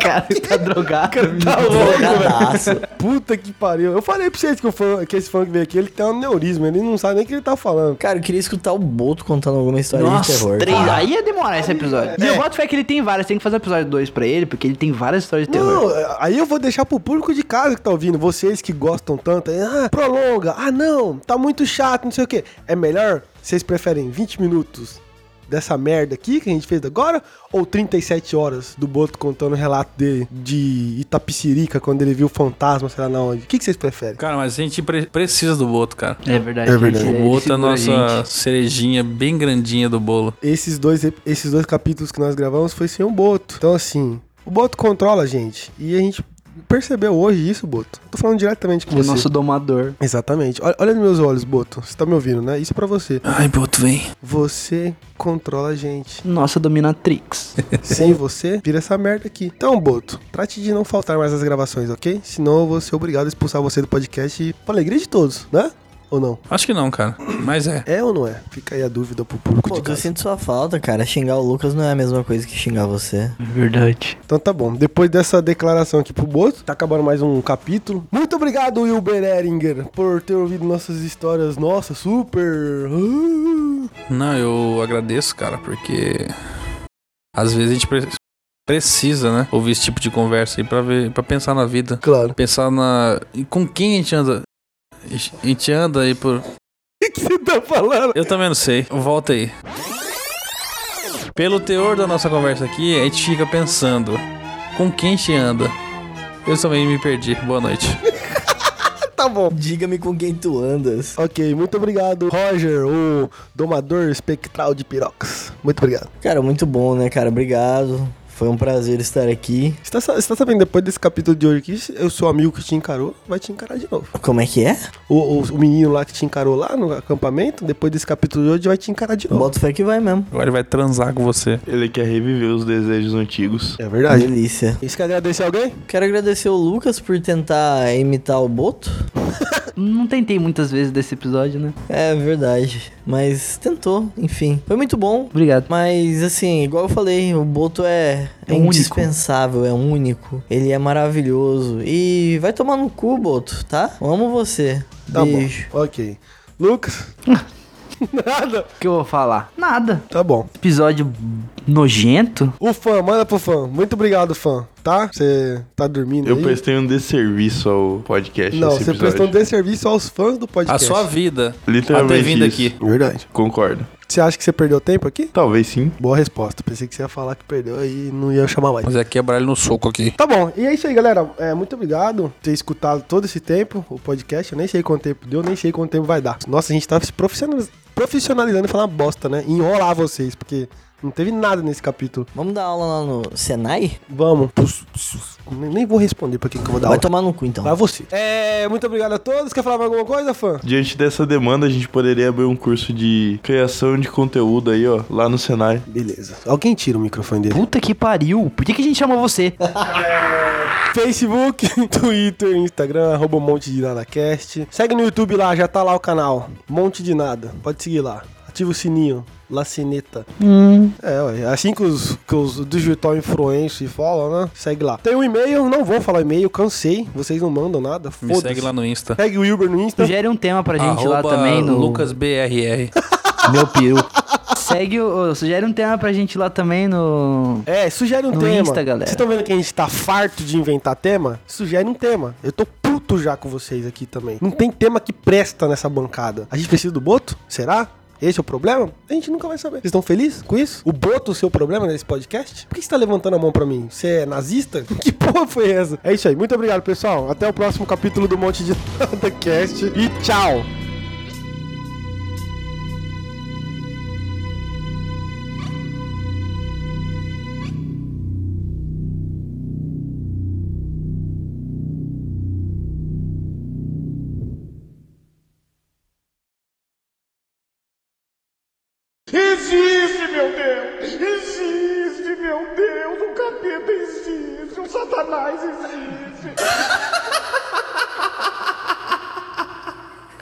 Speaker 2: Cara, tá drogado.
Speaker 3: Tá louco,
Speaker 1: Drogadaço.
Speaker 3: velho. Puta que pariu. Eu falei pra vocês que, o fã, que esse fã que veio aqui, ele tem um aneurisma, ele não sabe nem o que ele tá falando.
Speaker 1: Cara, eu queria escutar o Boto contando alguma história
Speaker 2: Nossa,
Speaker 1: de terror.
Speaker 2: três. Aí ia demorar esse episódio. E eu boto fé que ele tem várias. Tem que fazer um episódio 2 pra ele, porque ele tem várias histórias de terror.
Speaker 3: Não, é, aí eu vou deixar pro público de casa que tá ouvindo, vocês que gostam tanto, aí, ah, prolonga, ah não, tá muito chato, não sei o quê. É melhor, vocês preferem 20 minutos dessa merda aqui que a gente fez agora ou 37 horas do Boto contando o relato dele de Itapicirica quando ele viu o fantasma, sei lá na onde? O que, que vocês preferem?
Speaker 5: Cara, mas a gente pre- precisa do Boto, cara.
Speaker 2: É verdade.
Speaker 3: É verdade.
Speaker 5: O
Speaker 2: Ele- ele
Speaker 5: Boto é a
Speaker 2: segura a
Speaker 5: nossa
Speaker 2: gente.
Speaker 5: cerejinha bem grandinha do bolo.
Speaker 3: Esses dois, ep- esses dois capítulos que nós gravamos foi sem o Boto. Então assim, o Boto controla a gente e a gente percebeu hoje isso, Boto. Tô falando diretamente com
Speaker 2: O
Speaker 3: você.
Speaker 2: nosso domador.
Speaker 3: Exatamente. Olha, olha nos meus olhos, Boto. Você tá me ouvindo, né? Isso é pra você.
Speaker 5: Ai, Boto, vem.
Speaker 3: Você controla a gente.
Speaker 2: Nossa dominatrix.
Speaker 3: Sem você, vira essa merda aqui. Então, Boto, trate de não faltar mais as gravações, ok? Senão eu vou ser obrigado a expulsar você do podcast e... pra alegria de todos, né? Ou não?
Speaker 5: Acho que não, cara. Mas é.
Speaker 3: É ou não é? Fica aí a dúvida pro público
Speaker 1: Pô,
Speaker 3: de
Speaker 1: eu
Speaker 3: casa.
Speaker 1: sinto sua falta, cara. Xingar o Lucas não é a mesma coisa que xingar você.
Speaker 2: É verdade.
Speaker 3: Então tá bom. Depois dessa declaração aqui pro Boto, tá acabando mais um capítulo. Muito obrigado, Wilber Eringer, por ter ouvido nossas histórias. Nossa, super... Ah.
Speaker 5: Não, eu agradeço, cara, porque às vezes a gente pre- precisa, né, ouvir esse tipo de conversa aí pra ver, para pensar na vida,
Speaker 3: Claro.
Speaker 5: pensar na e com quem a gente anda. A gente anda aí por.
Speaker 3: O que você tá falando?
Speaker 5: Eu também não sei. Volta aí. Pelo teor da nossa conversa aqui, a gente fica pensando com quem a gente anda. Eu também me perdi. Boa noite.
Speaker 3: Tá bom.
Speaker 1: Diga-me com quem tu andas.
Speaker 3: Ok, muito obrigado, Roger, o domador espectral de pirocas. Muito obrigado.
Speaker 1: Cara, muito bom, né, cara? Obrigado. Foi um prazer estar aqui.
Speaker 3: Você tá, sa- você tá sabendo, depois desse capítulo de hoje aqui, eu sou amigo que te encarou, vai te encarar de novo.
Speaker 1: Como é que é?
Speaker 3: O, o- o menino lá que te encarou lá no acampamento, depois desse capítulo de hoje, vai te encarar de novo.
Speaker 1: Bota fé que vai mesmo.
Speaker 5: Agora ele vai transar com você.
Speaker 6: Ele quer reviver os desejos antigos.
Speaker 3: É verdade.
Speaker 1: Delícia.
Speaker 3: Isso quer agradecer alguém?
Speaker 1: Quero agradecer o Lucas por tentar imitar o Boto.
Speaker 2: Não tentei muitas vezes desse episódio, né?
Speaker 1: É verdade. Mas tentou, enfim. Foi muito bom.
Speaker 2: Obrigado.
Speaker 1: Mas assim, igual eu falei, o Boto é, é
Speaker 2: É único.
Speaker 1: indispensável, é único. Ele é maravilhoso. E vai tomar no cu, Boto, tá? Eu amo você.
Speaker 3: Tá
Speaker 1: Beijo.
Speaker 3: bom. Ok. Lucas? Nada.
Speaker 2: O que eu vou falar? Nada.
Speaker 3: Tá bom.
Speaker 2: Episódio nojento?
Speaker 3: O fã, manda pro fã. Muito obrigado, fã. Tá? Você tá dormindo
Speaker 6: Eu
Speaker 3: aí?
Speaker 6: prestei um desserviço ao podcast.
Speaker 3: Não,
Speaker 6: nesse
Speaker 3: você
Speaker 6: episódio.
Speaker 3: prestou um desserviço aos fãs do
Speaker 5: A
Speaker 3: podcast.
Speaker 5: sua vida.
Speaker 6: Literalmente
Speaker 5: Até vindo
Speaker 6: isso.
Speaker 5: aqui.
Speaker 3: Verdade.
Speaker 6: Concordo.
Speaker 3: Você acha que você perdeu tempo aqui?
Speaker 6: Talvez sim.
Speaker 3: Boa resposta. Pensei que você ia falar que perdeu e não ia chamar mais.
Speaker 5: Mas é quebrar ele no soco aqui.
Speaker 3: Tá bom, e é isso aí, galera. É, muito obrigado por ter escutado todo esse tempo o podcast. Eu nem sei quanto tempo deu, nem sei quanto tempo vai dar. Nossa, a gente tá se profissionaliz- profissionalizando e falando bosta, né? Enrolar vocês, porque não teve nada nesse capítulo.
Speaker 1: Vamos dar aula lá no Senai?
Speaker 3: Vamos. Nem nem vou responder pra quem que eu vou dar
Speaker 1: Vai
Speaker 3: aula.
Speaker 1: tomar no cu então.
Speaker 3: Pra você. É, muito obrigado a todos. Quer falar mais alguma coisa, fã?
Speaker 6: Diante dessa demanda, a gente poderia abrir um curso de criação de conteúdo aí, ó, lá no Senai.
Speaker 3: Beleza. Alguém tira o microfone dele.
Speaker 2: Puta que pariu. Por que, que a gente chamou você?
Speaker 3: Facebook, Twitter, Instagram, arroba um Monte de Nada Cast. Segue no YouTube lá, já tá lá o canal. Monte de Nada. Pode seguir lá. Ativa o sininho. Lacineta. É, ué, assim que os, que os digital influencers falam, né? Segue lá. Tem um e-mail, não vou falar e-mail, cansei. Vocês não mandam nada.
Speaker 5: Me
Speaker 3: Foda-se.
Speaker 5: segue lá no Insta.
Speaker 3: Segue o Wilber no Insta.
Speaker 2: Sugere um tema pra gente lá
Speaker 5: Arroba
Speaker 2: também no.
Speaker 5: LucasBRR.
Speaker 2: Meu peru. Segue o. Sugere um tema pra gente lá também no.
Speaker 3: É, sugere um
Speaker 2: No
Speaker 3: tema.
Speaker 2: Insta, galera.
Speaker 3: Vocês estão vendo que a gente tá farto de inventar tema? Sugere um tema. Eu tô puto já com vocês aqui também. Não tem tema que presta nessa bancada. A gente precisa do Boto? Será? Esse é o problema? A gente nunca vai saber. Vocês estão felizes com isso? O Boto, o seu problema nesse podcast? Por que você tá levantando a mão pra mim? Você é nazista? Que porra foi essa? É isso aí. Muito obrigado, pessoal. Até o próximo capítulo do Monte de Nada Cast. E tchau!
Speaker 4: Existe, meu Deus! Existe, meu Deus! Um capeta existe! Um satanás existe!